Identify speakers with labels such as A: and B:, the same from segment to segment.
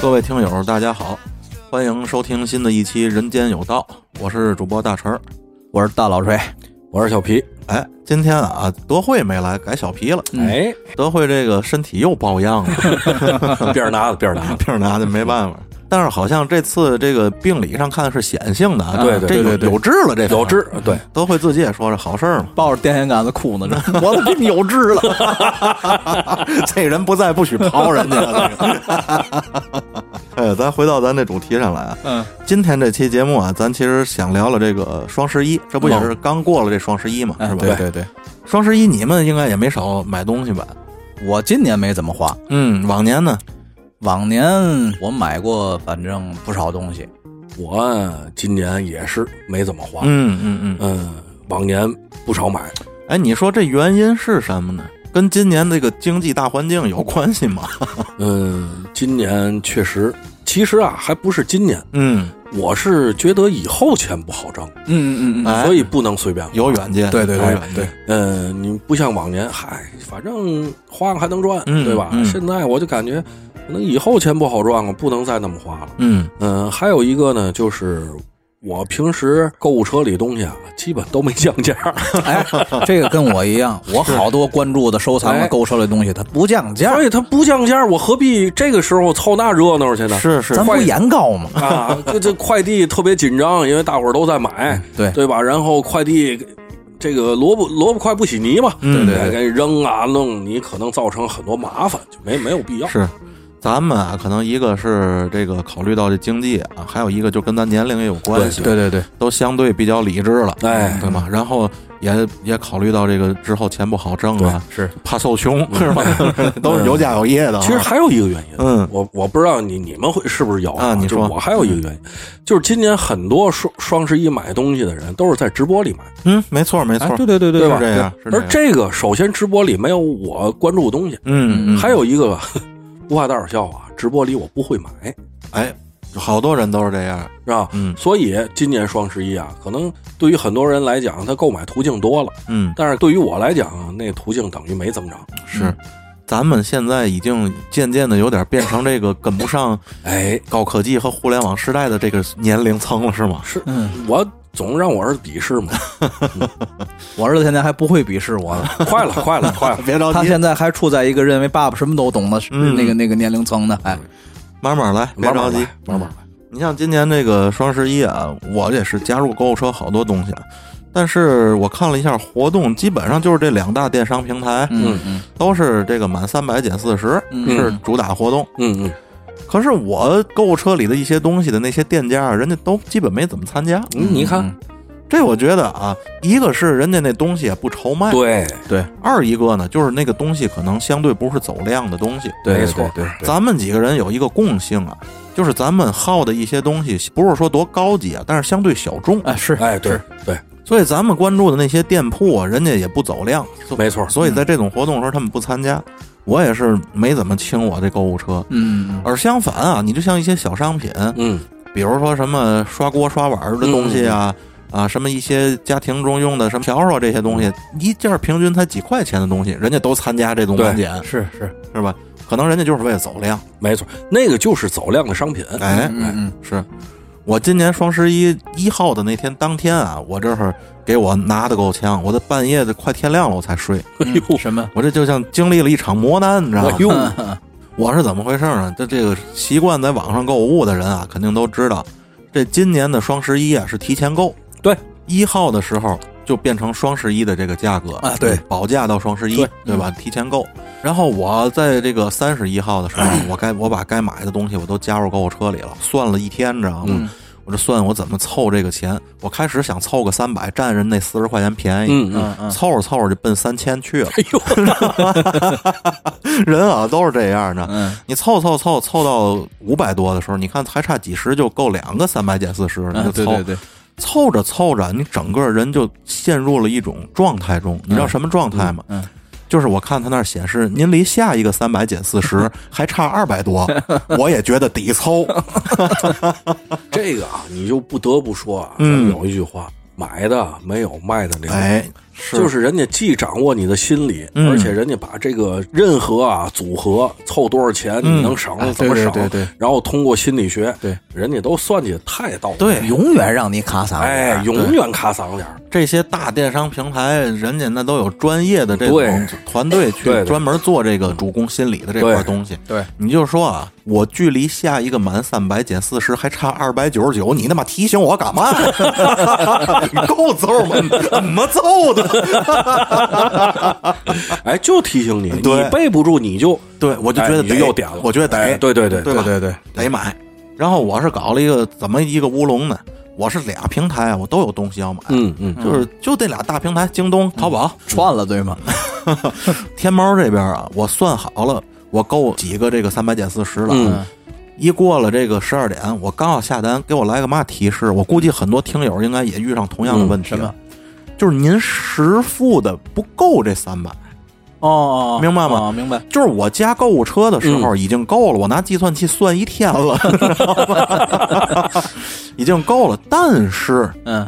A: 各位听友，大家好，欢迎收听新的一期《人间有道》，我是主播大成儿。
B: 我是大老锤。
C: 我是小皮。
A: 哎，今天啊，德惠没来，改小皮了。
B: 嗯
C: 哎，
A: 德惠这个身体又抱恙了，
B: 嗯
C: 边儿拿的边儿拿的，
A: 病拿的没办法。但是好像这次这个病理上看是显性的啊，
C: 对对
A: 这
C: 对对
A: 有
C: 对
A: 有治了，这
C: 有治。对，
A: 德惠自己也说是好事儿嘛，
B: 抱着电线杆子哭呢， 这我的病有 治了。
A: 这人不在不许刨人家。 哎，咱回到咱这主题上来啊。
B: 嗯，
A: 今天这期节目啊，咱其实想聊聊这个双十一，这不也是刚过了这双十一嘛，是吧？哎
B: 对对对，
A: 双十一你们应该也没少买东西吧？
B: 我今年没怎么花，
A: 嗯，往年呢，
B: 往年我买过反正不少东西。
C: 我今年也是没怎么花，
A: 嗯嗯嗯，
C: 嗯，往年不少买，
A: 哎，你说这原因是什么呢？跟今年这个经济大环境有关系吗？
C: 嗯，今年确实，其实啊，还不是今年，
A: 嗯，
C: 我是觉得以后钱不好挣，
B: 嗯嗯
A: 哎
C: 所以不能随便花。
A: 有远见，哎
B: 对对
A: 有
B: 对
A: 远
B: 对
A: 见，，
C: 嗯，你不像往年，嗨，反正花了还能赚，
A: 嗯
C: 对吧？
A: 嗯
C: 现在我就感觉，可能以后钱不好赚了，不能再那么花了。
A: 嗯
C: 嗯，还有一个呢，就是我平时购物车里东西啊，基本都没降价。
B: 哎，这个跟我一样，我好多关注的、收 藏的、
C: 哎
B: 购车的东西，它不降价
C: 所，以它不降价，我何必这个时候凑那热闹去呢？
A: 是是
B: 咱，不严告吗？
C: 啊，这这快递特别紧张，因为大伙儿都在买，
A: 嗯
B: 对
C: 对吧？然后快递这个萝卜萝卜快不洗泥嘛，
A: 嗯
B: 对对
C: 哎给扔啊弄，你可能造成很多麻烦，就没没有必要。
A: 是，咱们啊，可能一个是这个考虑到这经济啊，还有一个就跟咱年龄也有关系，
B: 对对对，
A: 都相对比较理智了，
C: 哎
A: 对吗？然后也也考虑到这个之后钱不好挣啊，
B: 是
A: 怕受穷是吧？都是有家有业的啊，
C: 其实还有一个原因，
A: 嗯
C: 我我不知道你你们会是不是有
A: 啊你
C: 就
A: 说
C: 我还有一个原因，就是今年很多双双十一买东西的人都是在直播里买，
A: 嗯，没错没
B: 哎
A: 错，，
B: 对对对对
A: 是
B: 对
A: 这样，是
C: 而
A: 样
C: 这个首先直播里没有我关注的东西，
A: 嗯，嗯
C: 还有一个 不怕大伙儿笑话，直播里我不会买，
A: 哎，好多人都是这样，
C: 是吧？
A: 嗯
C: 所以今年双十一啊，可能对于很多人来讲，他购买途径多了，
A: 嗯，
C: 但是对于我来讲，那途径等于没增长。
A: 是。咱们现在已经渐渐的有点变成这个跟不上
C: 哎，
A: 高科技和互联网时代的这个年龄层了，是吗？
C: 是，
B: 嗯，
C: 我总让我儿子鄙视嘛，啊
B: 我儿子现在还不会鄙视我呢。
C: 快了，快了，快 了。
A: 别着
B: 他
A: 急，
B: 现在还处在一个认为爸爸什么都懂的
A: 嗯
B: 那个那个年龄层呢，哎，
A: 慢慢来，别
C: 慢慢
A: 着急，嗯
C: 来，慢慢来。
A: 你像今年这个双十一啊，我也是加入购物车好多东西啊，但是我看了一下活动，基本上就是这两大电商平台、
B: 嗯嗯
A: 都是这个满三百减四十
B: 嗯
A: 是主打活动。
C: 嗯嗯
A: 可是我购物车里的一些东西的那些店家啊，人家都基本没怎么参加。
C: 嗯，你看，
A: 这我觉得啊，一个是人家那东西也不愁卖，
C: 对，
B: 对
A: 二一个呢就是那个东西可能相对不是走量的东西。
B: 对，
C: 没错
B: 对对对
A: 咱们几个人有一个共性啊，就是咱们好的一些东西不是说多高级啊，但是相对小众。
B: 哎是
C: 哎，对
B: 是
C: 对，
A: 所以咱们关注的那些店铺啊，人家也不走量，所
C: 没错。
A: 所以在这种活动的时候他们不参加。我也是没怎么清我这购物车，
B: 嗯
A: 而相反啊，你就像一些小商品，
C: 嗯，
A: 比如说什么刷锅刷碗的东西啊，啊，什么一些家庭中用的什么笤帚这些东西，一件平均才几块钱的东西，人家都参加这种满减，
B: 是是
A: 是吧？可能人家就是为了走量。
C: 没错，那个就是走量的商品。
A: 哎，
B: 嗯
A: 是我今年双十一一号的那天当天啊，我这会儿给我拿的够呛，我的半夜的快天亮了我才睡。
C: 哎呦，
B: 嗯什么嗯
A: 我这就像经历了一场磨难，你知道吗
C: 哎？呦，
A: 我是怎么回事呢？这这个习惯在网上购物的人啊，肯定都知道，这今年的双十一啊是提前购，
C: 对，
A: 一号的时候就变成双十一的这个价格
B: 啊对，
A: 保价到双十一
C: 对，
A: 对吧？提前购。然后我在这个三十一号的时候，我该我把该买的东西我都加入购物车里了，算了一天，你知道吗？
B: 嗯
A: 我这算我怎么凑这个钱，我开始想凑个三百，占人那四十块钱便宜，
C: 嗯嗯，
B: 嗯嗯
A: 凑合凑合就奔三千去了。
C: 哎呦，
A: 人啊都是这样的，
B: 嗯
A: 你凑凑凑凑到五百多的时候，你看还差几十就够两个三百减四十了，你就
B: 嗯，
A: 凑、
B: 对对对，
A: 凑着凑着，你整个人就陷入了一种状态中。你知道什么状态吗？
B: 嗯嗯
A: 就是我看他那儿显示，您离下一个三百减四 十还差二百多，我也觉得抵凑。
C: 这个啊，你就不得不说啊，
A: 嗯
C: 咱们有一句话，买的没有卖的灵。
A: 哎，是
C: 就是人家既掌握你的心理，
A: 嗯
C: 而且人家把这个任何啊组合凑多少钱，
A: 嗯
C: 你能省
B: 哎
C: 怎么
B: 对对
C: 省，
B: 对对
C: 然后通过心理学，
B: 对，
C: 人家都算计得太到位，
A: 对
B: 永远让你卡嗓子眼儿。
C: 哎，永远卡嗓子眼儿，
A: 这些大电商平台，人家那都有专业的这种
C: 对
A: 团队
C: 对
A: 去
C: 对
A: 专门做这个主攻心理的这块
C: 对
A: 东西。
B: 对，
A: 你就说啊，我距离下一个满三百减四十还差二百九十九，你他妈提醒我干 嘛？你够揍吗？怎么揍的？
C: 哎，就提醒你，
A: 啊对
C: 你背不住你就
A: 对，我就觉得
C: 哎你
A: 得
C: 又点了
A: 我觉得
C: 哎
A: 得，
C: 对对对
A: 对吧
B: 对对对，
A: 得买。然后我是搞了一个怎么一个乌龙呢？我是俩平台啊，我都有东西要买，
C: 嗯嗯，
A: 就是就这俩大平台，京东、淘宝。
B: 串了对吗？
A: 天猫这边啊，我算好了，我够几个这个三百减四十了。
C: 嗯
A: 一过了这个十二点，我刚要下单，给我来个嘛提示？我估计很多听友应该也遇上同样的问题
B: 嗯什
A: 了
B: 么，
A: 就是您实付的不够这三百。
B: 哦哦，哦
A: 明白吗
B: 哦明白。
A: 就是我加购物车的时
B: 嗯
A: 候已经够了，我拿计算器算一天了， 你知道吗 已经够了。但是
B: 嗯，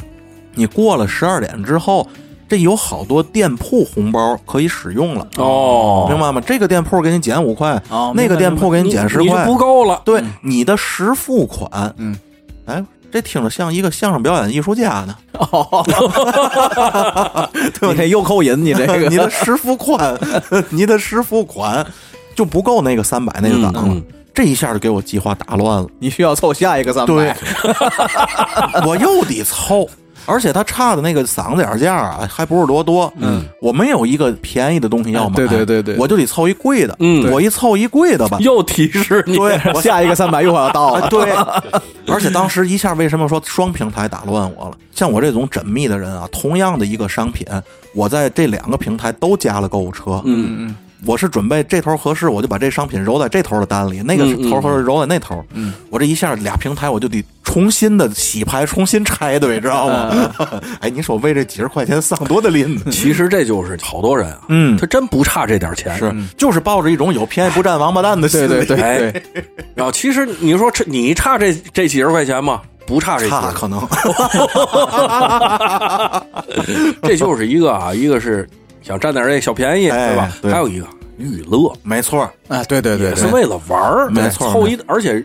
A: 你过了十二点之后，这有好多店铺红包可以使用了，
C: 哦，
A: 明白吗？这个店铺给你减五块，
B: 哦
A: 那个
B: 明白
A: 店铺给
C: 你
A: 减十
C: 你就
A: 块，
C: 不够了，
A: 对，你的实付款，
B: 嗯，
A: 哎，这听着像一个相声表演艺术家 呢。
B: 你这又扣银，你这个
A: 你的实付款， 你的实付款就不够那个三百那个档了。
C: 嗯嗯
A: 这一下就给我计划打乱了，
B: 你需要凑下一个三
A: 对
B: 百。，
A: 我又得凑，而且他差的那个嗓子眼儿价啊，还不是多多。嗯，我没有一个便宜的东西要买，
B: 哎对对对对
A: 我就得凑一贵的。
C: 嗯
A: 我一凑一贵 的吧，
C: 又提示你，
A: 对，我
B: 下一个三百又要到 了，
A: 对，而且当时一下为什么说双平台打乱我了？像我这种缜密的人啊，同样的一个商品，我在这两个平台都加了购物车。嗯嗯，我是准备这头合适，我就把这商品揉在这头的单里，那个头合适揉在那头。嗯，我这一下俩平台我就得重新的洗牌，重新拆对，知 道吗？哎，你说我为这几十块钱丧多大吝呢？
C: 其实这就是好多人啊，
A: 嗯
C: 他真不差这点钱，
A: 是，嗯就是抱着一种有便宜不占王八蛋的心理。
B: 对对对
C: 哎
B: 对，
C: 然后其实你说这你差这这几十块钱吗？不差这几十
A: 差可能，
C: 这就是一个啊，一个是想占点这小便宜，
A: 哎
C: 对吧？
A: 对
C: 还有一个娱乐，
A: 没错儿，
B: 啊，对对对
C: 也是
B: 对，
C: 为了玩儿，
A: 没错
C: 凑一，而且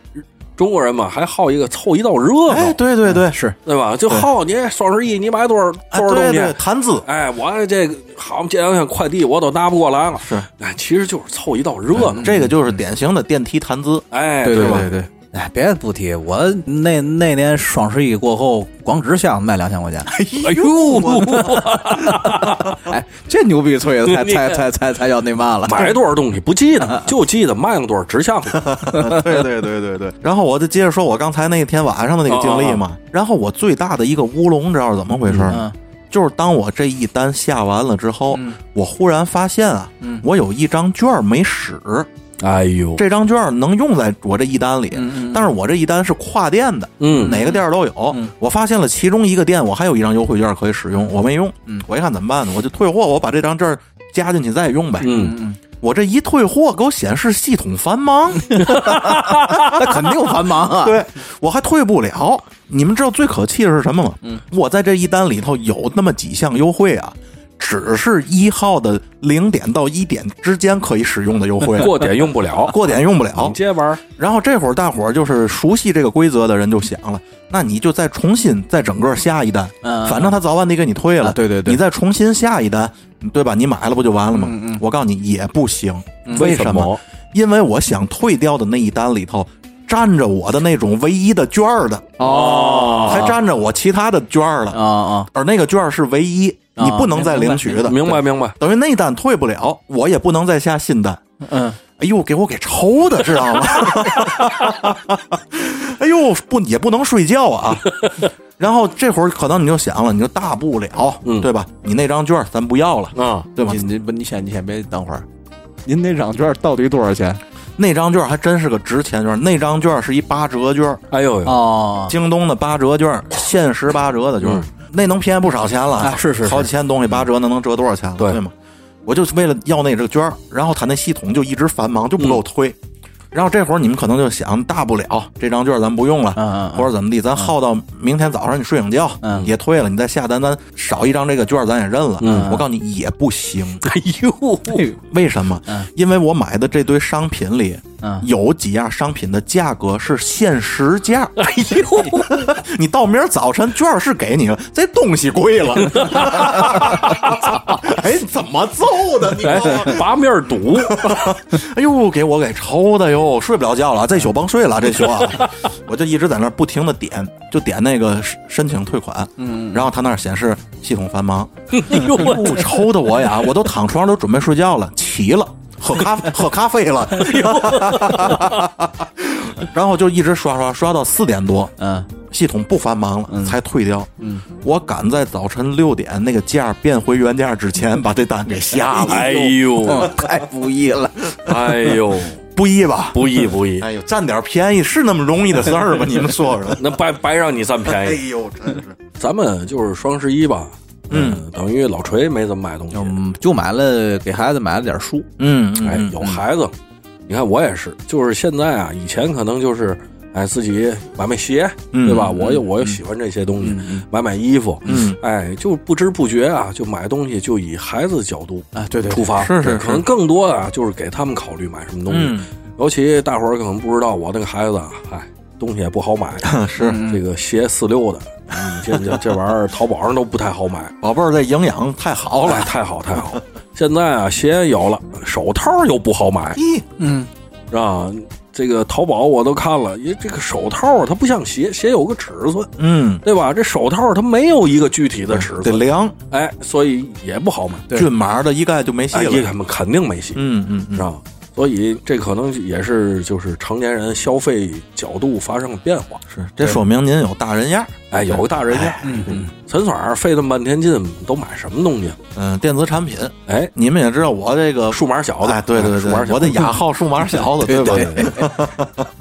C: 中国人嘛，还好一个凑一道热
A: 哎，
C: 闹，
A: 对对对，是，
C: 对吧？就好你双十一你买多少
A: 哎，
C: 多少
A: 对
C: 东西，
A: 对，谈资。
C: 哎，我这个好这两天快递我都拿不过来了，
A: 是，嗯
C: 哎，其实就是凑一道热闹，
A: 这个就是典型的电梯谈资。
C: 哎，
B: 对
C: 吧？
B: 对对。哎，别不提我那那年双十一过后，光纸箱卖两千块钱，
C: 哎 呦，
B: 哎，这牛逼吹的才
C: 对
B: 才才才才叫那嘛了，
C: 买多少东西不记得，就记得卖了多少纸 箱子。
A: 对对对对哦对。然后我就接着说我刚才那天晚上的那个经历嘛。然后我最大的一个乌龙，知道是怎么回事吗？就是当我这一单下完了之后，我忽然发现啊，我有一张券儿没使，
C: 哎呦，
A: 这张券儿能用在我这一单里，但是我这一单是跨店的，
C: 嗯
A: 哪个店儿都有。我发现了其中一个店我还有一张优惠券可以使用，我没用，
C: 嗯
A: 我一看怎么办呢？我就退货，我把这张券儿加进去再用呗。
C: 嗯，
A: 我这一退货，给我显示系统繁忙，
B: 那肯定繁忙啊。
A: 对我还退不了。你们知道最可气的是什么吗？嗯，我在这一单里头有那么几项优惠啊，只是一号的零点到一点之间可以使用的优惠，
C: 过嗯点用不了，
A: 过点用不了
C: 你。接着玩儿。
A: 然后这会儿大伙儿就是熟悉这个规则的人就想了，那你就再重新再整个下一单，
B: 嗯
A: 反正他早晚得给你退了，
B: 啊对对对
A: 你再重新下一单，对吧？你买了不就完了吗？我告诉你也不行，为
C: 为什
A: 么
C: 么？
A: 因为我想退掉的那一单里头占着我的那种唯一的券儿的，
B: 哦
A: 还占着我其他的券儿了，
B: 啊啊，
A: 而那个券儿是唯一，
B: 啊
A: 你不能再领取的，
C: 明白明白，
A: 等于那单退不了，我也不能再下新单。
B: 嗯，
A: 哎呦，给我给愁的，知道吗？哎呦，不也不能睡觉啊。然后这会儿可能你就想了，你就大不了，
C: 嗯
A: 对吧？你那张券儿咱不要了，
C: 啊，
A: 对吧
B: 你？你不你先你先别等会儿，您那张券到底多少钱？
A: 那张券儿还真是个值钱券儿，那张券儿是一八折券儿，
C: 哎呦呦，
B: 哦，
A: 啊京东的八折券儿，限时八折的券儿，那能便宜不少钱了。
B: 嗯啊是是是
A: 好几千东西八折，那能折多少钱了？
B: 嗯
C: 对
A: 对吗？我就为了要那这个券儿，然后他那系统就一直繁忙，就不给我推。然后这会儿你们可能就想，大不了这张券咱不用了，
B: 嗯嗯嗯
A: 或者怎么地，咱耗到明天早上你睡醒觉，
B: 嗯
A: 也退了，你再下单，咱少一张这个券咱也认了。
B: 嗯
A: 我告诉你也不行，
C: 哎呦，
A: 为什么？因为我买的这堆商品里，
B: 嗯
A: 有几样商品的价格是限时价。 哎呦，你到明儿早晨券儿是给你了，这东西贵 了。哎，怎么揍的？你
C: 哎
A: 告诉我，
C: 拔面儿堵，
A: 哎呦，给我给抽的哟，睡不了觉了，这宿甭睡了，这宿啊， 我就一直在那儿不停的点，就点那个申申请退款，嗯，然后他那儿显示系统繁忙，
C: 哎呦我
A: 不抽的我呀，我都躺床上都准备睡觉了，齐了，喝咖啡喝咖啡了， 然后就一直刷刷刷到四点多，
B: 嗯
A: 系统不繁忙了才退掉，嗯，我赶在早晨六点那个价变回原价之前把这单给下了，
C: 哎呦，
B: 太不易了。
C: 哎呦，
A: 不易吧？
C: 不易不易，
A: 哎呦，占点便宜是那么容易的事儿吗？你 们说说。
C: 那白白让你占便宜。
A: 哎呦，真是，
C: 咱们就是双十一吧，嗯，等于老锤没怎么买东西，
B: 嗯，就买了给孩子买了点书，
A: 嗯，
C: 哎，有孩子，你看我也是，就是现在啊，以前可能就是哎自己买买鞋，对吧？我有我有喜欢这些东西，买买衣服，嗯，哎，就不知不觉啊，就买东西就以孩子的角度
B: 啊对对对
C: 出发，
A: 是是是
C: 可能更多的啊就是给他们考虑买什么东西，
A: 嗯
C: 尤其大伙儿可能不知道我那个孩子啊，哎，东西也不好买，
A: 是
C: 这个鞋四六的，嗯，这这这玩意儿淘宝上都不太好买。
A: 宝贝儿，这营养太 好
C: 好嘞
A: 了，，
C: 太好太好！现在啊，鞋有了，手套又不好买，
A: 咦，
B: 嗯，
C: 是吧？这个淘宝我都看了，因为这个手套啊它不像鞋，鞋有个尺寸，
A: 嗯，
C: 对吧？这手套它没有一个具体的尺
A: 得
C: 寸，
A: 量，
C: 哎，所以也不好买。
A: 骏马的一概就没戏
C: 哎，这
A: 了，
C: 他们肯定没戏，
A: 嗯嗯
C: 是
A: 嗯，
C: 吧？所以这可能也是就是成年人消费角度发生了变化。
A: 是，这说明您有大人样儿，
C: 哎，有个大人家，嗯，陈爽儿费那么半天劲，都买什么东西？
A: 嗯，电子产品，
C: 哎，
A: 你们也知道我这个
C: 数码小子，嗯
A: 哎，对对
C: 数
A: 对
C: 码小，子
A: 我得雅号数码小子，对吧？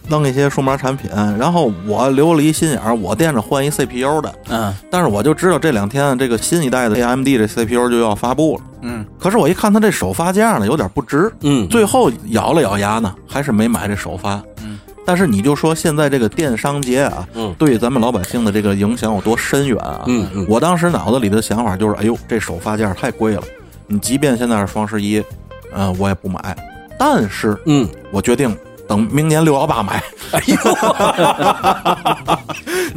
A: 弄一些数码产品，然后我留了一心眼儿，我惦着换一 CPU 的，
B: 嗯
A: 但是我就知道这两天这个新一代的 AMD 这 CPU 就要发布了，
B: 嗯，
A: 可是我一看它这首发价呢，有点不值，
C: 嗯，
A: 最后咬了咬牙呢，还是没买这首发，嗯。但是你就说现在这个电商节啊，
C: 嗯
A: 对咱们老百姓的这个影响有多深远啊？
C: 嗯嗯
A: 我当时脑子里的想法就是，哎呦，这首发价太贵了，你即便现在是双十一，嗯、我也不买。但是
C: 嗯，
A: 我决定等明年六幺八买，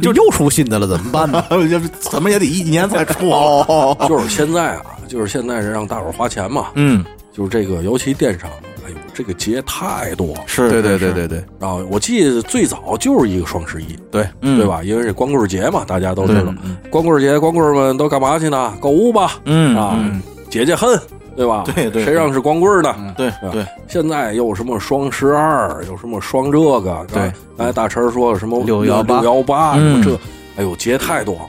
B: 就又出新的了，怎么办呢？
A: 怎么也得一年才出哦。
C: 就是现在啊，就是现在是让大伙儿花钱嘛，
A: 嗯，
C: 就是这个，尤其电商，哎呦，这个节太多了。
A: 是，
B: 对对
A: 是
B: 对，对对
C: 然后我记得最早就是一个双十一，
B: 对，
A: 嗯
C: 对？吧？因为这光棍节嘛，大家都知道
A: 对，
C: 光棍节，光棍们都干嘛去呢？购物吧，
A: 嗯
C: 啊，解解恨，对吧？
A: 对对
C: 谁让是光棍呢？
A: 对
C: 是吧
A: 对，
C: 现在又什么双十二，有什么双这个，
B: 对，
C: 刚才大陈说什么
B: 618
C: 六幺八，什么
A: 嗯
C: 这，哎呦，节太多了，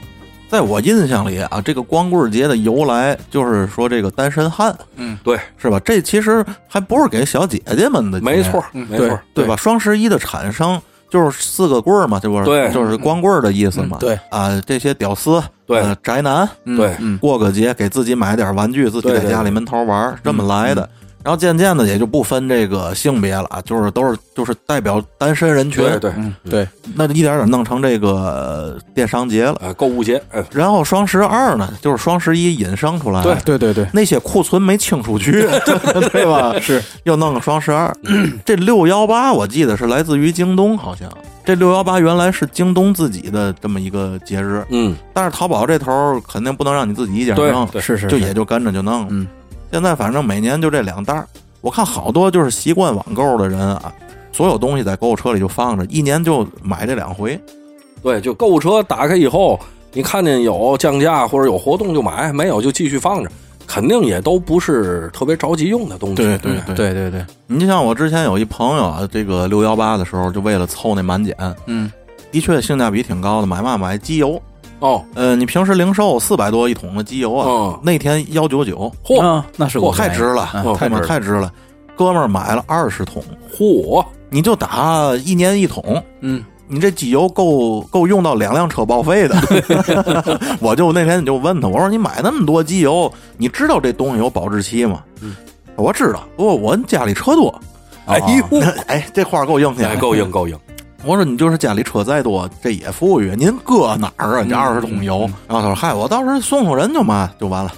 A: 在我印象里啊，这个光棍节的由来就是说这个单身汉
C: 对，
A: 是吧？这其实还不是给小姐姐们的，
C: 没错，，没错，
A: 嗯对吧？双十一的产生就是四个棍儿嘛，这不是
C: 对
A: 就是光棍儿的意思嘛？
B: 对
A: 啊，这些屌丝，
C: 对
A: 呃宅男，
B: 嗯
C: 对，
A: 过个节给自己买点玩具，自己
C: 对
A: 在
C: 对嗯
A: 家里闷头玩儿，这么来的。然后渐渐的也就不分这个性别了啊，就是都是就是代表单身人群，
C: 对对，
B: 嗯对，
A: 那就一点点弄成这个呃电商节了。
C: 呃，购物节，哎，
A: 然后双十二呢，就是双十一引申出来，
C: 对
B: 嗯对对对，
A: 那些库存没清出去，对吧？是又弄个双十二， 这六幺八我记得是来自于京东，好像这六幺八原来是京东自己的这么一个节日，
C: 嗯，
A: 但是淘宝这头儿肯定不能让你自己一家
C: 对
A: 弄，
C: 对
B: 嗯是是
A: 就也就跟着就弄了。
B: 嗯
A: 现在反正每年就这两袋儿，我看好多就是习惯网购的人啊，所有东西在购物车里就放着，一年就买这两回。
C: 对，就购物车打开以后，你看见有降价或者有活动就买，没有就继续放着，肯定也都不是特别着急用的东西。
A: 对对
B: 对对对，
A: 你就像我之前有一朋友啊，这个六幺八的时候，就为了凑那满减，
B: 嗯
A: 的确性价比挺高的，买嘛买机油。
C: 哦，
A: 呃，你平时零售四百多一桶的机油啊，
C: 嗯
A: 那天幺九九，
C: 嚯
B: 啊，那是
A: 我
B: 哦我
A: 太值了，
B: 嗯
A: 哥
B: 太值
A: 们儿
B: 了
A: 太值了。哥们儿买了二十桶，
C: 嚯，
A: 你就打一年一桶，
B: 嗯
A: 你这机油够够用到两辆车报废 的。我就那天你就问他，我说你买那么多机
B: 嗯
A: 油，你知道这东西有保质期吗？我知道，不过我家里车多，
C: 哎，一户，
A: 哎，这话够硬气，
C: 哎，够硬。够硬。
A: 我说你就是家里车再多，这也富裕，您搁哪儿啊？你这二十桶油。
C: 嗯
A: 然后他说：“嗨，我到时候送送人就嘛就完了。”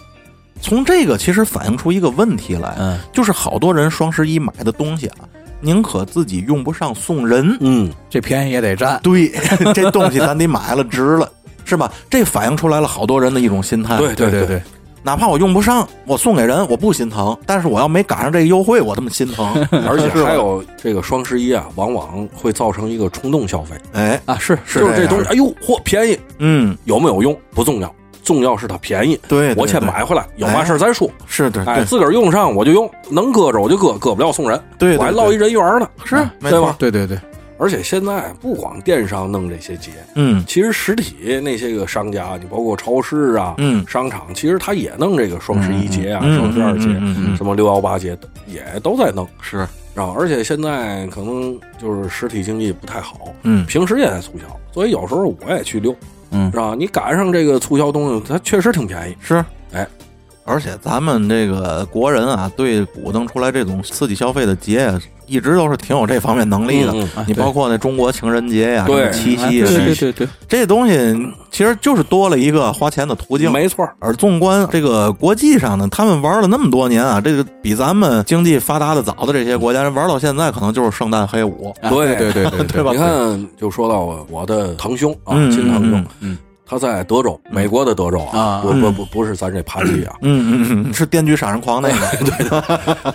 A: 从这个其实反映出一个问题来，
B: 嗯
A: 就是好多人双十一买的东西啊，宁可自己用不上送人。
C: 嗯，
B: 这便宜也得占。
A: 对， 这东西咱得买了，值了，是吧？这反映出来了好多人的一种心态。
C: 对对
B: 对
C: 对，
B: 对，
A: 哪怕我用不上，我送给人，我不心疼。但是我要没赶上这个优惠，我他妈心疼。
C: 而且
A: 是吧
C: 还有这个双十一啊，往往会造成一个冲动消费，
A: 哎，
B: 啊是是
C: 就是
A: 这
C: 这
A: 样
C: 东西，哎呦，嚯，便宜，
A: 嗯，
C: 有没有用不重要，重要是它便宜，
A: 对，对
C: 我先
A: 对
C: 买回来，有嘛事儿咱说。
A: 是对
C: 哎，
A: 对
C: 自个儿用上我就用，能搁着我就搁，搁不了送人，
A: 对，
C: 我还
A: 对
C: 落一人缘呢。
A: 是
B: 啊
A: 没错
C: 对吧
B: 对对对，
C: 而且现在不光电商弄这些节，
A: 嗯
C: 其实实体那些个商家，你包括超市啊、
A: 嗯
C: 商场，其实他也弄这个双十一节啊、
A: 嗯
C: 双十二节、
A: 嗯嗯嗯嗯
C: 什么六幺八节，也都在弄。
A: 是
C: 然后，啊而且现在可能就是实体经济不太好，
A: 嗯
C: 平时也在促销，所以有时候我也去溜，
B: 嗯
C: 是吧？你赶上这个促销东西，它确实挺便宜。
A: 是
C: 哎。
A: 而且咱们这个国人啊，对鼓弄出来这种刺激消费的节，一直都是挺有这方面能力的。
C: 嗯
B: 啊
A: 你
B: 对
A: 包括那中国情人节呀、
C: 对
A: 什么七
B: 啊
A: 夕
B: 对
A: 呀，
B: 对对对，
A: 这东西其实就是多了一个花钱的途径。
C: 没错儿，
A: 而纵观这个国际上呢，他们玩了那么多年啊，这个比咱们经济发达的早的这些国家，人玩到现在可能就是圣诞黑五，
B: 啊
C: 对
B: 对对对
A: 对吧
C: 你看，就说到我我的堂兄啊，
A: 嗯
C: 亲堂兄，
A: 嗯
B: 嗯
C: 他在德州，美国的德州
B: 啊
C: 不不不不是咱这帕基啊，
A: 嗯嗯嗯，是电锯杀人狂那个，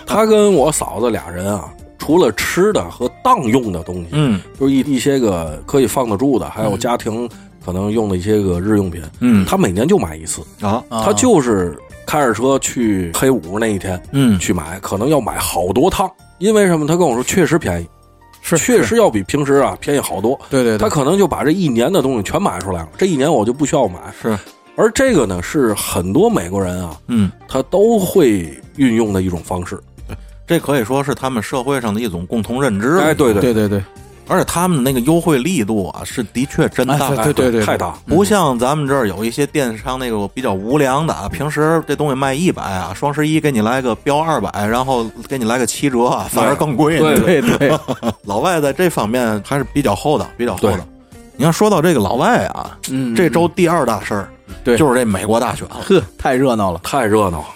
C: 他跟我嫂子俩人啊，除了吃的和当用的东西，
A: 嗯
C: 就是一一些个可以放得住的，还有家庭可能用的一些个日用品，
A: 嗯
C: 他每年就买一次，
A: 啊，
B: 啊
C: 他就是开着车去黑五那一天
A: 嗯
C: 去买，可能要买好多趟，因为什么？他跟我说确实便宜，
B: 是
C: 确
B: 是
C: 实要比平时啊便宜好多。
B: 对对
C: 他
B: 对，
C: 可能就把这一年的东西全买出来了，这一年我就不需要买。
A: 是
C: 而这个呢，是很多美国人啊，
A: 嗯，
C: 他都会运用的一种方式。
A: 这可以说是他们社会上的一种共同认知。
C: 哎，对对，
B: 对对对，
A: 而且他们那个优惠力度啊，是的确真大。
B: 哎
C: 哎
B: 对对对
C: 太大。
A: 不像咱们这儿有一些电商那个比较无良的啊，平时这东西卖一百啊，双十一给你来个标二百，然后给你来个七折啊，反而更贵。
C: 对
B: 对对，
A: 老外在这方面还是比较厚道，比较厚
C: 对
A: 道。你要说到这个老外啊，
B: 嗯
A: 这周第二大事儿，
B: 对
A: 就是这美国大选了。
B: 呵太热闹了，
C: 太热闹了，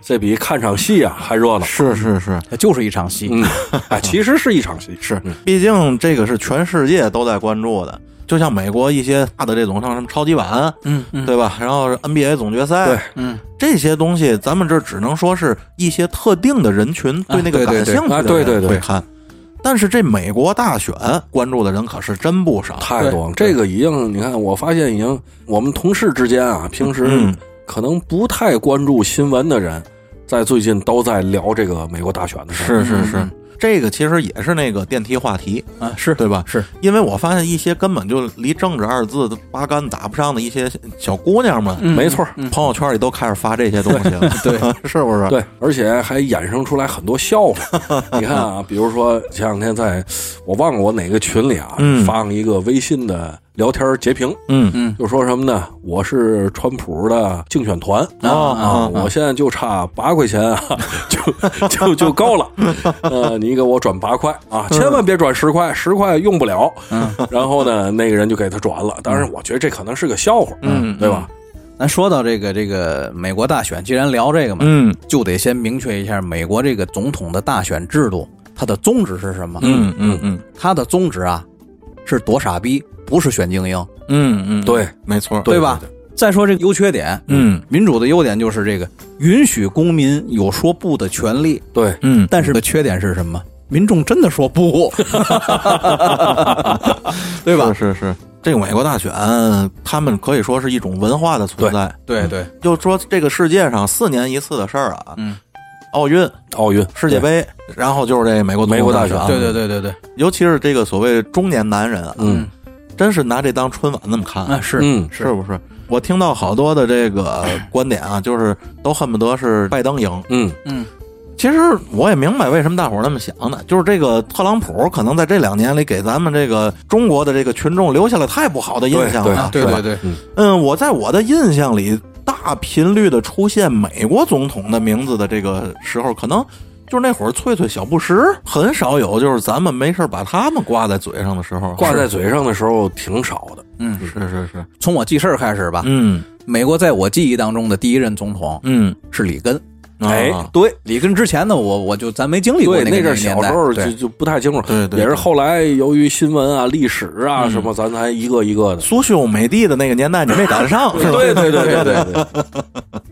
C: 这比看场戏啊还热闹。
A: 是是是
B: 就是一场戏，
C: 嗯，哎，其实是一场戏，
A: 是
C: 嗯，
A: 毕竟这个是全世界都在关注的，就像美国一些大的这种像什么超级碗，
B: 嗯嗯
A: 对吧？然后是 NBA 总决赛，
C: 对
B: 嗯，
A: 这些东西，咱们这只能说是一些特定的人群对那个
B: 啊
A: 感
B: 对对对
A: 兴趣的
C: 啊对对
A: 人
C: 对
A: 会看。但是这美国大选关注的人可是真不少，
C: 太多了。
B: 对
C: 这个已经，你看，我发现已经，我们同事之间啊，平时
A: 嗯
C: 可能不太关注新闻的人，在最近都在聊这个美国大选的事儿。
A: 是是是，嗯这个其实也是那个电梯话题，
B: 啊是
A: 对吧？
B: 是，
A: 因为我发现一些根本就离政治二字八竿子打不上的一些小姑娘们，
C: 没错儿，
A: 朋友圈里都开始发这些东西了，对， 是不是？
C: 对，而且还衍生出来很多笑 话。你看啊，比如说前两天在我忘了我哪个群里啊，
A: 嗯
C: 发了一个微信的聊天截屏，
A: 嗯
C: 就说什么呢？我是川普的竞选团
A: 哦
C: 啊，
A: 哦
C: 我现在就差八块钱啊，就就就够了。呃，你给我转八块啊，千万别转十块，十块用不了。
A: 嗯
C: 然后呢，那个人就给他转了。当然，我觉得这可能是个笑话，啊
A: 嗯
C: 对吧？
B: 咱说到这个这个美国大选，既然聊这个嘛，
A: 嗯
B: 就得先明确一下美国这个总统的大选制度，它的宗旨是什么？
A: 嗯嗯嗯
B: 它的宗旨啊是躲傻逼，不是选精英，
A: 嗯嗯，
C: 对，
A: 没错，
C: 对
B: 吧？再说这个优缺点，
A: 嗯
B: 民主的优点就是这个允许公民有说不的权利，
C: 对，
A: 嗯，
B: 但是的缺点是什么？民众真的说不，对吧？
A: 是是是，这个美国大选，他们可以说是一种文化的存在。
B: 对对，
A: 就说这个世界上四年一次的事儿啊，
B: 嗯，
A: 奥运、
C: 奥运
A: 世界杯，然后就是这美国总统
C: 美国大
A: 选啊，
C: 选
B: 对对对对对，
A: 尤其是这个所谓中年男人啊，
C: 嗯
A: 真是拿这当春晚那么看，
B: 啊是，
C: 嗯，
A: 是不是？我听到好多的这个观点啊，就是都恨不得是拜登赢。
C: 嗯，
B: 嗯
A: 其实我也明白为什么大伙儿那么想的，就是这个特朗普可能在这两年里给咱们这个中国的这个群众留下了太不好的印象
C: 对
A: 了，
B: 啊对
A: 是吧
B: 对对，
A: 嗯，我在我的印象里，大频率的出现美国总统的名字的这个时候，可能就是那会儿翠翠、小布什很少有，就是咱们没事儿把他们挂在嘴上的时候，
C: 挂在嘴上的时候挺少的。
A: 嗯，是是是，
B: 从我记事儿开始吧，
A: 嗯
B: 美国在我记忆当中的第一任总统
A: 嗯，
B: 是里根。
C: 哎
A: 啊
B: 对，里根之前呢，我我就咱没经历过
C: 对，
B: 个
C: 阵
B: 年
C: 儿
B: 年
C: 小
B: 代
C: 时候就
B: 对
C: 就不太清楚，
A: 对对嗯
C: 也是
A: 对
C: 后来由于新闻啊、历史啊什么，咱才一个一个的。
A: 苏修美帝的那个年代你没赶 上，是吧？
C: 对对对对对对，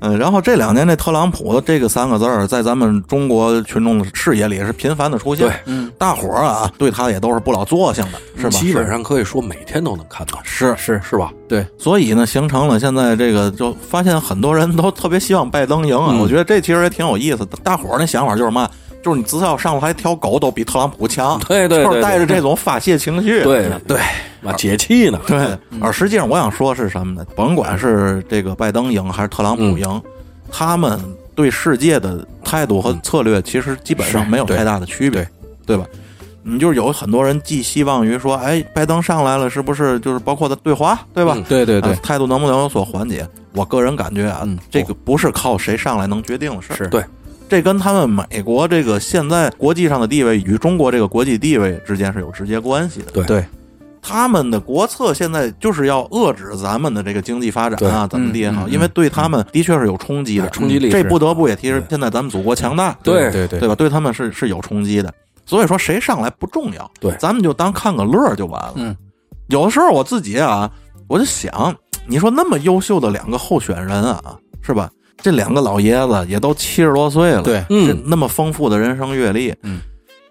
A: 嗯，然后这两年这特朗普的这个三个字儿，在咱们中国群众的视野里也是频繁的出现。
C: 对嗯
A: 嗯，大伙儿啊，对他也都是不老作性的，是吧？
C: 基本上可以说每天都能看到，
A: 是
B: 是
C: 是吧？
B: 对，
A: 所以呢，形成了现在这个，就发现很多人都特别希望拜登赢啊。
C: 嗯
A: 我觉得这其实也挺有意思的。大伙儿那想法就是嘛，就是你只要上台挑狗都比特朗普强，
C: 对对对
A: 就是带着这种发泄情 绪。
C: 对
B: 对，
C: 啊，解气呢？
A: 对，
B: 嗯
A: 而实际上我想说是什么呢？甭管是这个拜登赢还是特朗普
B: 嗯
A: 赢，他们对世界的态度
B: 嗯
A: 和策略其实基本上没有太大的区别，对吧？你就是有很多人寄希望于说，哎，拜登上来了，是不是就是包括他对华，对吧？
C: 嗯
B: 对对对
A: 啊，态度能不能有所缓解？我个人感觉啊，
B: 嗯
A: 这个不是靠谁上来能决定的事儿。
B: 是
C: 对，
A: 这跟他们美国这个现在国际上的地位与中国这个国际地位之间是有直接关系的。
C: 对
B: 对，
A: 他们的国策现在就是要遏制咱们的这个经济发展啊，怎么地也
C: 嗯
A: 好，因为对他们的确是有冲击的，嗯
C: 啊冲击力
A: 这
C: 是
A: 不得不也提示现在咱们祖国强大，
C: 对
B: 对
A: 对，吧？对他们是是有冲击的，所以说谁上来不重要，
C: 对
A: 咱们就当看个乐儿就完了。
B: 嗯，
A: 有的时候我自己啊，我就想，你说那么优秀的两个候选人啊，是吧？这两个老爷子也都七十多岁了，
B: 对
A: 这
C: 嗯，
A: 那么丰富的人生阅历，
B: 嗯，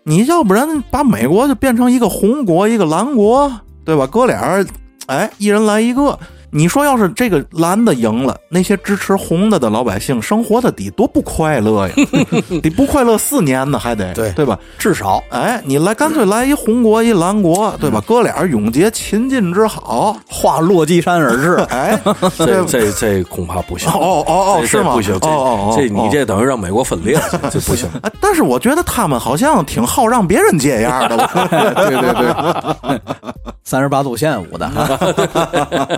A: 你要不然把美国就变成一个红国，一个蓝国，对吧？哥俩儿，哎，一人来一个。你说要是这个蓝的赢了，那些支持红的的老百姓生活的得多不快乐呀， 得不快乐四年呢，还得
B: 对
A: 对吧？
B: 至少
A: 哎，你来干脆来一红国一蓝国，对
B: 嗯
A: 吧？哥俩儿永结秦晋之好，。
B: 化落基山而至
A: 哎，
C: 这这这恐怕不行。
A: 哦哦哦
C: 这
A: 是
C: 这
A: 吗
C: 不行，这
A: 哦哦哦
C: 这你
A: 哦
C: 这等于让美国分裂了， 这这不行。
A: 啊，但是我觉得他们好像挺好让别人这样的， 我
B: 对对 对，三十八度线舞的哈。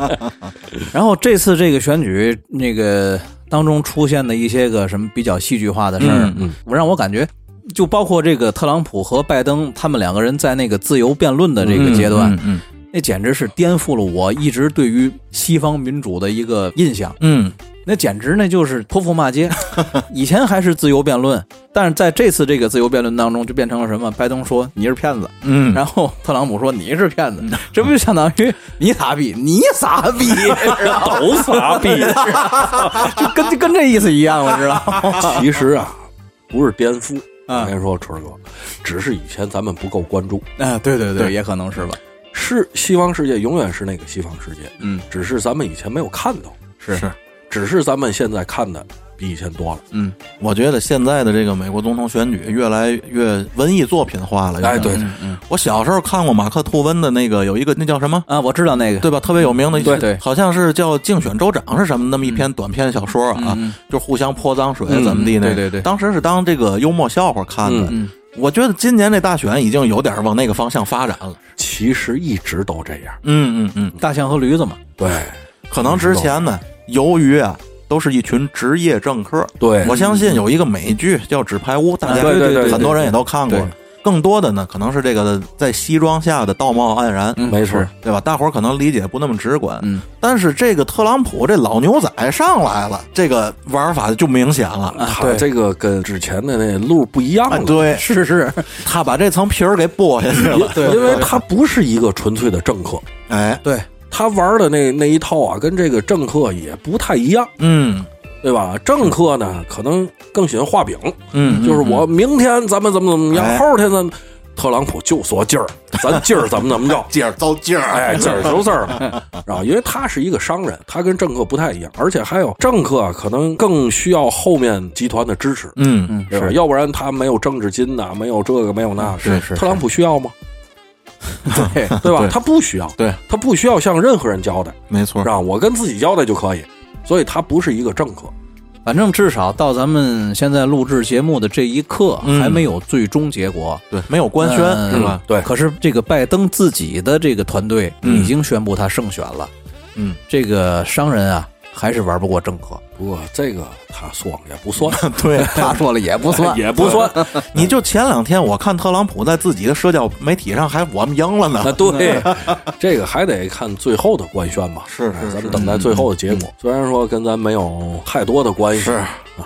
B: 然后这次这个选举那个当中出现的一些个什么比较戏剧化的事儿，
A: 嗯
C: 嗯
B: 我让我感觉。就包括这个特朗普和拜登，他们两个人在那个自由辩论的这个阶段，
A: 嗯
B: 那简直是颠覆了我一直对于西方民主的一个印象。
A: 嗯
B: 那简直那就是泼妇 骂街。以前还是自由辩论，但是在这次这个自由辩论当中，就变成了什么？拜登说你是骗子，
A: 嗯，
B: 然后特朗普说你是骗子，这不就相当于你傻逼，你傻逼，
C: 都傻逼！
B: 就跟就跟这意思一样了，知道吗？
C: 其实啊，不是颠覆，
B: 啊
A: 嗯
C: 我跟你说，春儿哥，只是以前咱们不够关注。
B: 啊，对对对，也可能是吧。
C: 是西方世界永远是那个西方世界，
B: 嗯，
C: 只是咱们以前没有看到，
A: 是是，
C: 只是咱们现在看的比以前多了。
A: 嗯，我觉得现在的这个美国总统选举越来越文艺作品化了。
C: 哎，
A: 有点
C: 对，
A: 儿，
C: 对
B: 嗯
A: 我小时候看过马克吐温的那个有一个那叫什么，
B: 啊，我知道那个，
A: 对吧？特别有名的一
B: 对嗯对
A: 好像是叫《竞选州长》是什么那么一篇短篇小说啊，就互相泼脏水怎么地那
B: 嗯
A: 个。
B: 对对对
A: 当时是当这个幽默笑话看的。
B: 嗯
A: 我觉得今年这大选已经有点往那个方向发展了。
C: 其实一直都这样。
A: 嗯嗯嗯，
B: 大象和驴子嘛，
C: 对，
A: 可
C: 嗯
A: 能之前呢，由于啊。都是一群职业政客，
C: 对啊
A: 我相信有一个美剧叫《纸牌屋》，大家
C: 对对对对
A: 很多人也都看过
C: 对。
A: 更多的呢，可能是这个在西装下的道貌岸然，
C: 没错，
A: 对吧？大伙儿可能理解不那么直观，
B: 嗯。
A: 但是这个特朗普这老牛仔上来了，这个玩法就明显了。
C: 他这个跟之前的那路不一样
A: 啊，
C: 了。
A: 对
B: 是是，
A: 他把这层皮儿给剥下去了。
C: 对，因为他不是一个纯粹的政客，
A: 哎，
B: 对，
C: 他玩的那那一套啊，跟这个政客也不太一样，
A: 嗯
C: 对吧？政客呢，可能更喜欢画饼，
A: 嗯，
C: 就是我明天咱们怎么怎么
A: 哎，
C: 样，后天咱们特朗普就说今儿，咱今儿怎么怎么 着
A: 劲儿遭劲儿，
C: 哎，今儿就是儿，啊然后因为他是一个商人，他跟政客不太一样，而且还有政客啊可能更需要后面集团的支持，
A: 嗯嗯，
C: 对吧？要不然他没有政治金呐、没有这个，没有那个。
A: 是是
C: 特朗普需要吗？
B: 对，
C: 对吧？
A: 对
C: 他不需要，
A: 对嗯
C: 他不需要向任何人交代，
A: 没错
C: 是，吧？我跟自己交代就可以，所以他不是一个政客。
B: 反正至少到咱们现在录制节目的这一刻，还没有最终结果。
A: 对，没有官宣
B: 嗯
A: 是吧？
C: 对
B: 可嗯是这个拜登自己的这个团队
A: 嗯
B: 已经宣布他胜选了。
A: 嗯，
B: 这个商人啊，还是玩不过郑和。
C: 不过这个他说也不算，
A: 对，
B: 他说了也不算，
C: 也不算。
A: 你就前两天我看特朗普在自己的社交媒体上还我们赢了
C: 那
A: 呢，
C: 啊对，这个还得看最后的官宣吧。
A: 是是
C: 哎
A: 是
C: 咱们等待最后的结果。虽然说跟咱没有太多的关系，是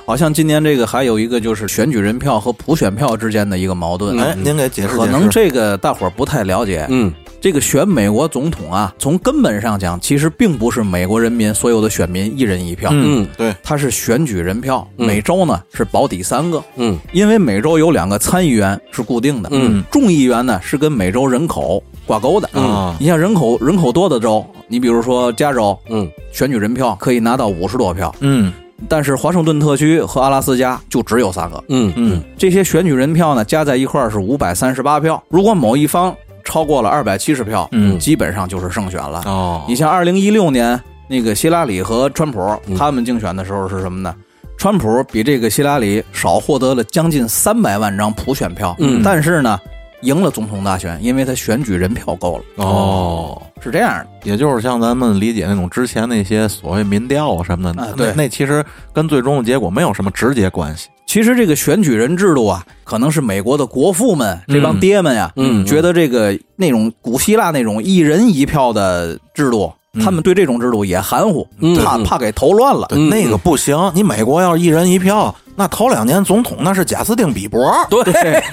B: 好像今年这个还有一个就是选举人票和普选票之间的一个矛盾。
A: 哎，您给解释
B: 可
A: 解
B: 能
A: 释。
B: 这个大伙儿不太了解，
C: 嗯，
B: 这个选美国总统啊，从根本上讲，其实并不是美国人民所有的选民一人一票，
C: 嗯
A: 对，
B: 它是选举人票，每周呢是保底三个，
C: 嗯
B: 因为每周有两个参议员是固定的，
C: 嗯，
B: 众议员呢是跟每周人口挂钩的
A: 嗯
B: 你像人口人口多的州，你比如说加州，
C: 嗯
B: 选举人票可以拿到五十多票，
A: 嗯
B: 但是华盛顿特区和阿拉斯加就只有三个，
C: 嗯
A: 嗯，
B: 这些选举人票呢加在一块儿是五百三十八票，如果某一方超过了二百七十票，
A: 嗯
B: 基本上就是胜选了。
A: 哦
B: 你像二零一六年那个希拉里和川普
C: 嗯
B: 他们竞选的时候是什么呢？川普比这个希拉里少获得了将近三百万张普选票，
C: 嗯
B: 但是呢，赢了总统大选，因为他选举人票够了，
A: 哦，
B: 是这样的。
A: 也就是像咱们理解那种之前那些所谓民调啊什么的，
B: 啊
A: 那
B: 对
A: 那其实跟最终的结果没有什么直接关系。
B: 其实这个选举人制度啊，可能是美国的国父们这帮爹们呀，
C: 嗯嗯
B: 觉得这个那种古希腊那种一人一票的制度，他们对这种制度也含糊，
C: 嗯
B: 怕
C: 嗯
B: 怕给投乱了。
A: 对，那个不行，你美国要是一人一票，那头两年总统那是贾斯汀比伯，
C: 对，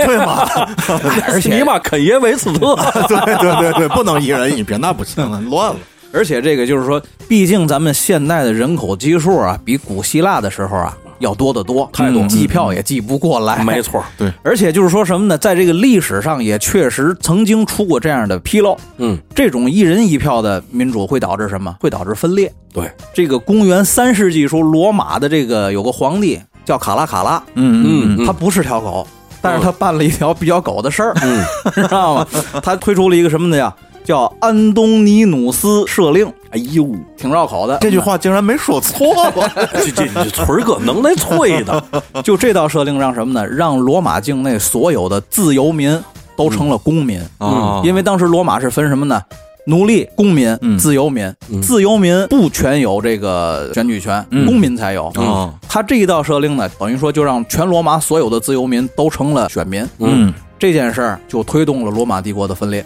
A: 对吗？
B: 而 且
C: 尼玛肯耶维斯特，
A: 对对对对，不能一人一票，那不行，乱了。
B: 而且这个就是说，毕竟咱们现代的人口基数啊，比古希腊的时候啊要多得多，太多，计票也计不过来。
C: 嗯 没错，
B: 而且就是说什么呢，在这个历史上也确实曾经出过这样的纰漏。
C: 嗯，
B: 这种一人一票的民主会导致什么？会导致分裂。
C: 对，
B: 这个公元三世纪时候，罗马的这个有个皇帝叫卡拉卡拉，
A: 嗯
B: 他不是条狗，但是他办了一条比较狗的事儿，
C: 嗯
B: 知道吗？他推出了一个什么的呀？叫安东尼努斯赦令。哎呦，挺绕口的。
A: 这句话竟然没说错 吧？
C: 这这这村儿哥能耐脆的，
B: 就这道赦令让什么呢？让罗马境内所有的自由民都成了公民，
A: 哦
B: 嗯因为当时罗马是分什么呢？奴隶、公民、
A: 嗯
B: 自由民，自由民不全有这个选举权，公民才有。
A: 哦
B: 他这一道赦令呢，等于说就让全罗马所有的自由民都成了选民。
A: 嗯
B: 这件事儿就推动了罗马帝国的分裂。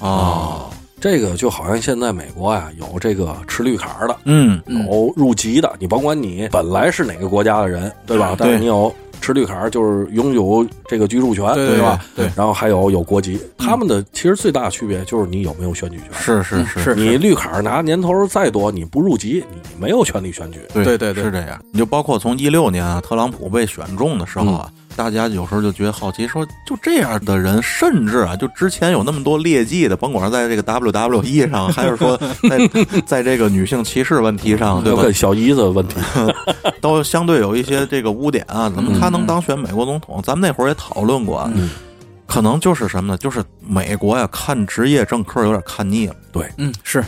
A: 哦
C: 这个就好像现在美国呀、有这个持绿卡的，
A: 嗯
C: 有哦入籍的，你甭管你本来是哪个国家的人，对吧？但是你有持绿卡，就是拥有这个居住权，
B: 对对
C: 吧？
A: 对对嗯
C: 然后还有有国籍，他们的其实最大区别就是你有没有选举权。
A: 是是嗯是
B: 是
C: 你绿卡拿年头再多，你不入籍，你没有权利选举。
A: 对
B: 对对对
A: 是这样。你就包括从一六年啊，特朗普被选中的时候啊，大家有时候就觉得好奇，说就这样的人，甚至啊，就之前有那么多劣迹的，甭管是在这个 WWE 上，还是说 在在这个女性歧视问题上，对
C: 就
A: 吧
C: 跟？小姨子的问题，
A: 都相对有一些这个污点啊。怎么他能当选美国总统？咱们那会儿也讨论过啊。可能就是什么呢？就是美国呀，看职业政客有点看腻了。
B: 嗯，是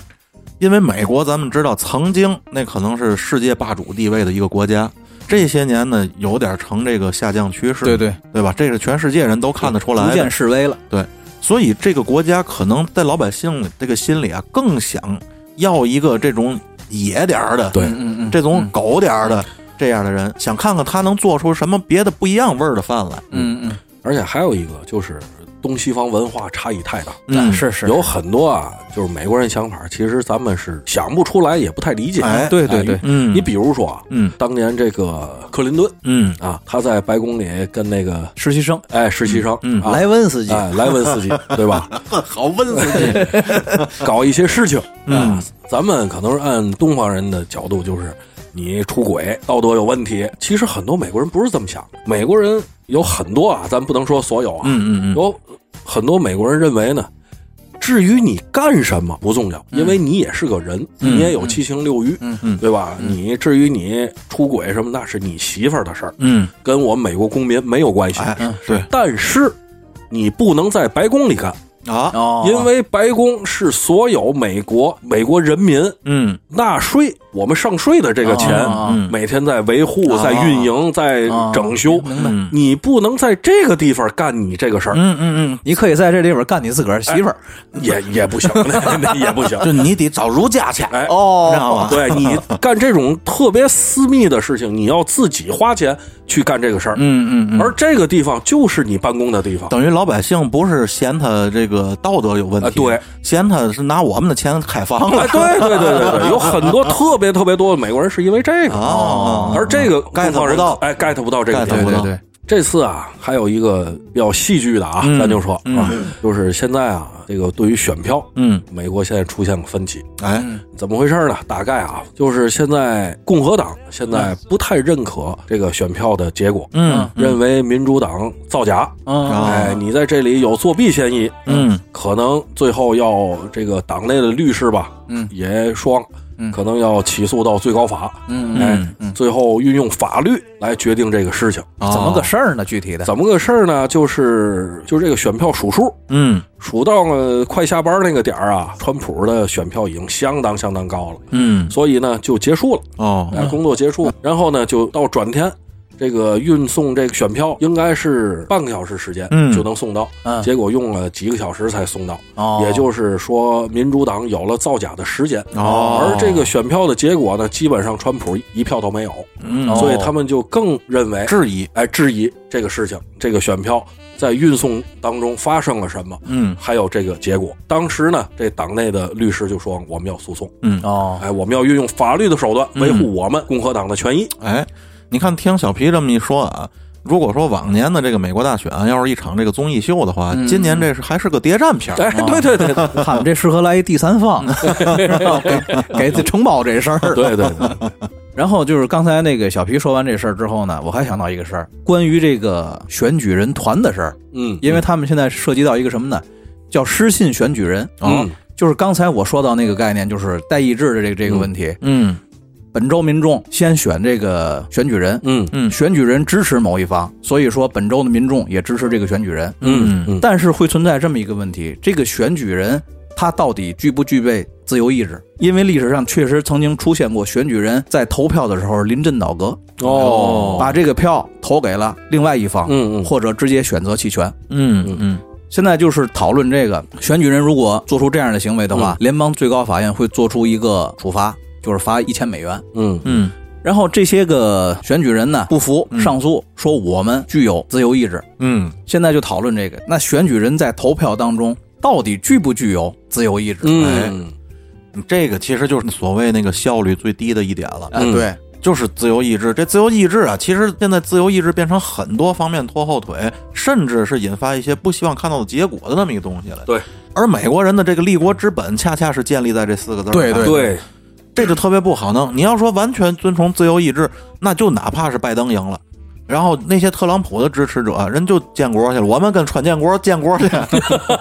A: 因为美国，咱们知道，曾经那可能是世界霸主地位的一个国家，这些年呢，有点成这个下降趋势，
B: 对对，
A: 对吧？这是全世界人都看得出
B: 逐
A: 来
B: 渐
A: 的，
B: 示威了。
A: 所以这个国家可能在老百姓这个心里啊，更想要一个这种野点儿的，
C: 对
B: 嗯嗯嗯，
A: 这种狗点儿的这样的人，想看看他能做出什么别的不一样味儿的饭来。
B: 嗯嗯
C: 而且还有一个就是东西方文化差异太大，
B: 嗯，
A: 嗯
B: 是是
C: 有很多啊，就是美国人想法，其实咱们是想不出来，也不太理解。
A: 哎
B: 对对对
C: 哎
A: 嗯
C: 你比如说啊，
A: 嗯
C: 当年这个克林顿
A: 嗯
C: 啊，他在白宫里跟那个
B: 实习生
C: 哎实习生
A: 嗯
C: 啊
B: 莱温斯基，
C: 哎莱文斯基对吧，
A: 好温死你。
C: 搞一些事情。
A: 嗯
C: 啊，咱们可能是按东方人的角度，就是你出轨，道德有问题。其实很多美国人不是这么想，美国人有很多啊，咱不能说所有啊，
A: 嗯嗯嗯，
C: 有很多美国人认为呢，至于你干什么不重要，因为你也是个人，你也有七情六欲，
B: 嗯
A: 嗯
C: 对吧？你至于你出轨什么，那是你媳妇儿的事儿，
A: 嗯，
C: 跟我们美国公民没有关系。
A: 哎，对，
C: 但是你不能在白宫里干，
A: 啊，
B: 哦，
C: 因为白宫是所有美国美国人民
A: 嗯
C: 纳税，我们上税的这个钱，
B: 哦
A: 嗯
C: 每天在维护、
B: 哦
C: 在运营、在整修，
A: 白
C: 你不能在这个地方干你这个事儿，
A: 嗯嗯
B: 你可以在这里边干你自个儿媳妇儿，
C: 也也 不行，那那也不行
A: 嗯，。就你得找儒家去，
C: 哎，
A: 知道
B: 啊
A: 吗？
C: 对你干这种特别私密的事情，你要自己花钱去干这个事儿，
A: 嗯嗯嗯，
C: 而这个地方就是你办公的地方。
A: 等于老百姓不是嫌他这个道德有问题，
C: 啊对，
A: 嫌他是拿我们的钱开房
C: 哎，
A: 了，
C: 对对对对对，有很多特别特别多的美国人是因为这个，
A: 哦
C: 而这个
A: ，get
C: 东方人
A: 不到
C: 哎，get 不到这个
A: get
C: 点
A: 不。到，
C: 这次啊，还有一个比较戏剧的啊，
A: 嗯
C: 咱就说啊
A: 嗯，
C: 就是现在啊，这个对于选票，
A: 嗯，
C: 美国现在出现了分歧，
A: 哎，
C: 怎么回事呢？大概啊，就是现在共和党现在不太认可这个选票的结果，
A: 嗯
C: 认为民主党造假，
A: 哦
B: 嗯
C: 哎，你在这里有作弊嫌疑，
A: 嗯
C: 可能最后要这个党内的律师吧，
B: 嗯
C: 也说，
B: 嗯
C: 可能要起诉到最高法，
B: 嗯，
C: 哎
A: 嗯，嗯，
C: 最后运用法律来决定这个事情。
A: 哦
B: 怎么个事儿呢？具体的，
C: 怎么个事儿呢？就是就是这个选票数数，
A: 嗯
C: 数到了快下班那个点儿啊，川普的选票已经相当相当高了，
A: 嗯
C: 所以呢就结束了，
B: 嗯
A: 哦
C: 哎，工作结束，然后呢就到转天。这个运送这个选票应该是半个小时时间
A: 嗯
C: 就能送到，
B: 嗯
C: 结果用了几个小时才送到，
B: 哦
C: 也就是说民主党有了造假的时间。
A: 哦
C: 而这个选票的结果呢，基本上川普一票都没有，
A: 嗯
B: 哦
C: 所以他们就更认为
A: 质疑，
C: 哎，质疑这个事情，这个选票在运送当中发生了什么，
A: 嗯
C: 还有这个结果。当时呢，这党内的律师就说我们要诉讼，
A: 嗯，
B: 哦，
C: 哎，我们要运用法律的手段
A: 嗯
C: 维护我们共和党的权益。
A: 哎，你看听小皮这么一说啊。如果说往年的这个美国大选要是一场这个综艺秀的话，今年这是还是个谍战片儿，
C: 哎，对对对对
B: 他们这适合来一第三 方，给给这承包这事儿。
C: 对对对，
B: 然后就是刚才那个小皮说完这事儿之后呢，我还想到一个事儿，关于这个选举人团的事儿，
C: 嗯，
B: 因为他们现在涉及到一个什么呢？叫失信选举人啊
C: 嗯
B: 就是刚才我说到那个概念，就是代议制的这个这个问题。
A: 嗯
B: 本州民众先选这个选举人，
C: 嗯
A: 嗯
B: 选举人支持某一方，所以说本州的民众也支持这个选举人。
C: 嗯嗯，
B: 但是会存在这么一个问题：这个选举人他到底具不具备自由意志？因为历史上确实曾经出现过选举人在投票的时候临阵倒戈，
C: 哦，
B: 把这个票投给了另外一方，
C: 嗯嗯
B: 或者直接选择弃权。
A: 嗯嗯
B: 现在就是讨论这个选举人如果做出这样的行为的
C: 嗯
B: 话，联邦最高法院会做出一个处罚，就是罚一千美元。
C: 嗯
A: 嗯
B: 然后这些个选举人呢不服
A: 嗯
B: 上诉，说我们具有自由意志。
A: 嗯
B: 现在就讨论这个，那选举人在投票当中到底具不具有自由意志？哎
C: 嗯，
A: 嗯，这个其实就是所谓那个效率最低的一点了。
B: 啊，
C: 嗯
B: 对，
A: 就是自由意志。这自由意志啊，其实现在自由意志变成很多方面拖后腿，甚至是引发一些不希望看到的结果的那么一个东西了。
C: 对，
A: 而美国人的这个立国之本，恰恰是建立在这四个字儿上。
B: 对对
C: 对，
A: 这就特别不好弄。你要说完全遵从自由意志，那就哪怕是拜登赢了。然后那些特朗普的支持者，人就建国去了，我们跟川建国建国 去，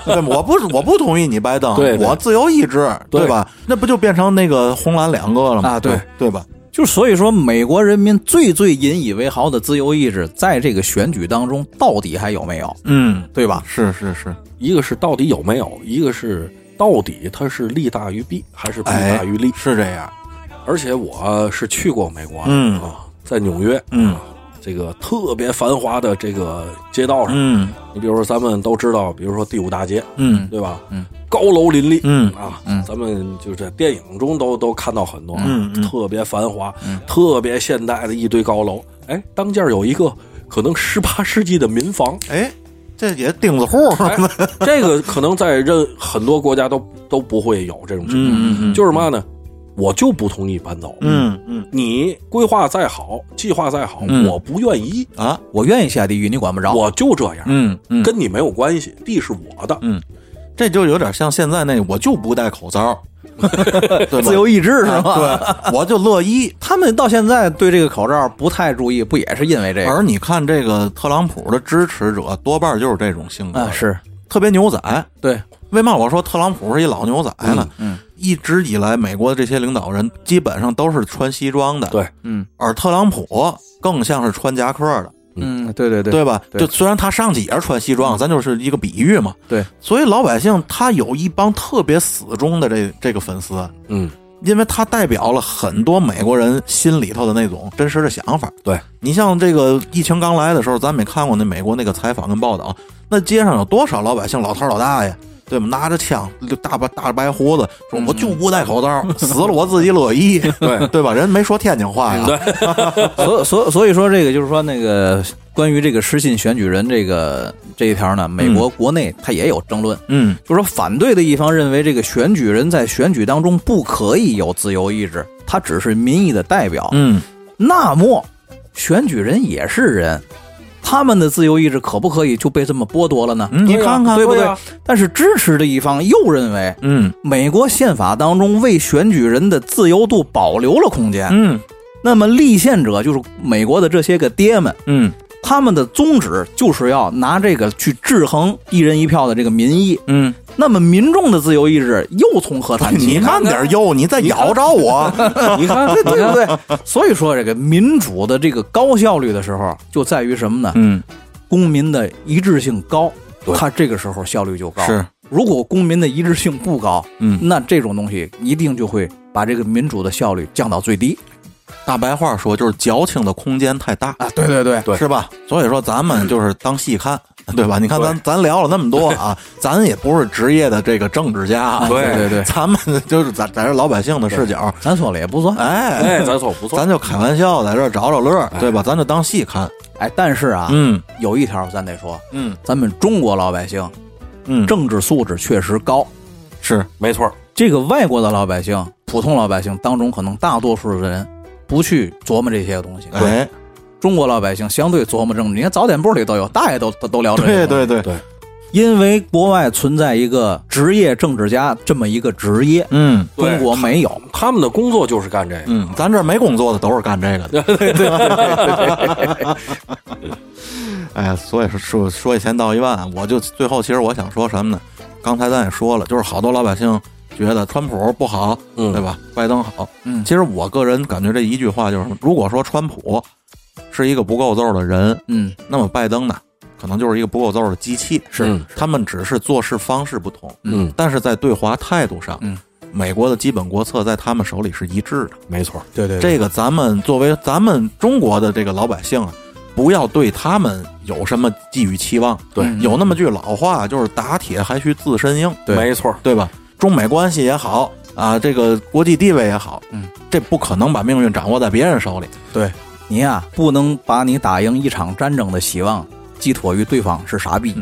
A: 对吗我不我不同意你拜登，
C: 对对
A: 我自由意志，
C: 对
A: 对吧？那不就变成那个红蓝两个了吗？
B: 啊对
A: 对吧？
B: 就所以说，美国人民最最引以为豪的自由意志，在这个选举当中到底还有没有？
A: 嗯，
B: 对吧？
A: 是是是，
C: 一个是到底有没有，一个是到底它是利大于弊还是弊大于利，
A: 哎是这样。
C: 而且我是去过美国的，
A: 嗯
C: 啊，在纽约，啊
A: 嗯
C: 这个特别繁华的这个街道上，
A: 嗯
C: 你比如说咱们都知道，比如说第五大街，
A: 嗯
C: 对吧？
B: 嗯，
C: 高楼林立，
A: 嗯
C: 啊，
B: 嗯
C: 咱们就在电影中都都看到很多啊，
A: 嗯嗯
C: 特别繁华、特别现代的一堆高楼。哎，当间儿有一个可能十八世纪的民房，
A: 哎，这也钉子户，
C: 哎， 这个可能在任很多国家都都不会有这种情况，
A: 嗯嗯嗯
C: 就是嘛呢？我就不同意搬走，
A: 嗯嗯
C: 你规划再好，计划再好，
A: 嗯
C: 我不愿意，
A: 啊，
B: 我愿意下地狱，你管不着。
C: 我就这样，
A: 嗯嗯，
C: 跟你没有关系，地是我的。
A: 这就有点像现在那我就不戴口罩，对吧
B: 自由意志是吗？
A: 对，我就乐意。
B: 哎他们到现在对这个口罩不太注意，不也是因为这个？
A: 而你看这个特朗普的支持者多半就是这种性格，
B: 啊，是
A: 特别牛仔。
B: 对，
A: 为嘛我说特朗普是一老牛仔呢？
B: 嗯嗯
A: 一直以来美国的这些领导人基本上都是穿西装的，
C: 对，
B: 嗯，
A: 而特朗普更像是穿夹克的。
B: 嗯，对对对，
A: 对吧？
B: 对
A: 就虽然他上去也是穿西装，咱就是一个比喻嘛。
B: 对，
A: 所以老百姓他有一帮特别死忠的这这个粉丝，啊
C: 嗯，
A: 因为他代表了很多美国人心里头的那种真实的想法。
C: 对，
A: 你像这个疫情刚来的时候，咱没看过那美国那个采访跟报道，那街上有多少老百姓老头老大爷，对吗？拿着枪，大白大白胡子，说我就不戴口罩，死了我自己乐意，
C: 对
A: 对吧？人没说天津话呀，对
B: 所所所以说，这个就是说那个关于这个失信选举人这个这一条呢，美国国内它也有争论，
A: 嗯
B: 就说反对的一方认为这个选举人在选举当中不可以有自由意志，他只是民意的代表。
A: 嗯，
B: 那么，选举人也是人，他们的自由意志可不可以就被这么剥夺了呢？
A: 嗯你看看
B: 对不
C: 对
B: 对
C: 啊？
B: 但是支持的一方又认为，
A: 嗯
B: 美国宪法当中为选举人的自由度保留了空间。
A: 嗯
B: 那么立宪者就是美国的这些个爹们，
A: 嗯
B: 他们的宗旨就是要拿这个去制衡一人一票的这个民意。
A: 嗯，
B: 那么民众的自由意志又从何 谈起
A: 你
B: 呢？
A: 慢点儿悠，你再咬着我，
C: 你看，
B: 对对不对？所以说，这个民主的这个高效率的时候，就在于什么呢？
A: 嗯，
B: 公民的一致性高，
C: 对
B: 它这个时候效率就高。
A: 是，
B: 如果公民的一致性不高，
A: 嗯
B: 那这种东西一定就会把这个民主的效率降到最低
A: 大白话说就是矫情的空间太大，
B: 啊！对对对，
C: 对
A: 是吧？所以说咱们就是当戏看，对吧？你看咱咱聊了那么多啊，咱也不是职业的这个政治家啊，
C: 对
B: 对对
A: 咱们就是咱咱是老百姓的视角，
B: 咱说了也不算。
A: 哎，
C: 哎，咱说不错，
A: 咱就开玩笑在这儿找找乐儿，对吧？咱就当戏看，
B: 哎，但是啊，
A: 嗯
B: 有一条咱得说，
A: 嗯
B: 咱们中国老百姓
A: 嗯，
B: 政治素质确实高，
A: 是
C: 没错儿，
B: 这个外国的老百姓、普通老百姓当中，可能大多数的人不去琢磨这些个东西。
A: 哎，
B: 中国老百姓相对琢磨政治，你看早点部里都有，大爷都都都聊这
A: 对
B: 个。
A: 对对，
C: 对，
B: 因为国外存在一个职业政治家这么一个职业，
A: 嗯
C: 对
B: 中国没有。
C: 他们的工作就是干这个，
A: 嗯，咱这儿没工作的都是干这个的，对对对。哎呀，所以说说说一千道一万，我就最后其实我想说什么呢？刚才咱也说了，就是好多老百姓觉得川普不好，
C: 嗯
A: 对吧？拜登好，
B: 嗯
A: 其实我个人感觉这一句话就是，如果说川普是一个不够揍的人，
B: 嗯，
A: 那么拜登呢，可能就是一个不够揍的机器，
B: 是
C: 嗯
A: 他们只是做事方式不同，
C: 嗯，
A: 但是在对华态度上，
B: 嗯
A: 美国的基本国策在他们手里是一致的。
C: 没错儿，
B: 对对
A: 这个咱们作为咱们中国的这个老百姓啊，不要对他们有什么寄予期望。
C: 对
B: 嗯
A: 有那么句老话，就是打铁还需自身硬，
B: 对
C: 没错儿，
A: 对吧？中美关系也好啊，这个国际地位也好，
B: 嗯，
A: 这不可能把命运掌握在别人手里。
B: 对，你呀、不能把你打赢一场战争的希望寄托于对方是傻逼。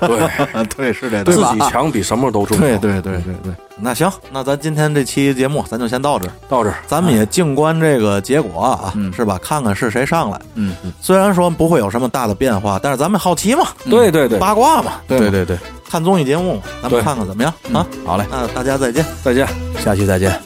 C: 对，
A: 对，是这
C: 自
A: 对吧？
C: 己强比什么都重要。
A: 对对对对对，那行，那咱今天这期节目咱就先到这儿，
C: 到这儿，
A: 咱们也静观这个结果啊，
B: 嗯
A: 是吧？看看是谁上来。
B: 嗯，
A: 虽然说不会有什么大的变化，但是咱们好奇嘛，
C: 对对对，
A: 嗯八卦嘛，对吧
B: 嗯对对，
A: 看综艺节目，咱
B: 嗯
C: 对
A: 们看看怎么样啊？
B: 好嘞，
A: 那大家再见。
C: 再见。
B: 下期再见。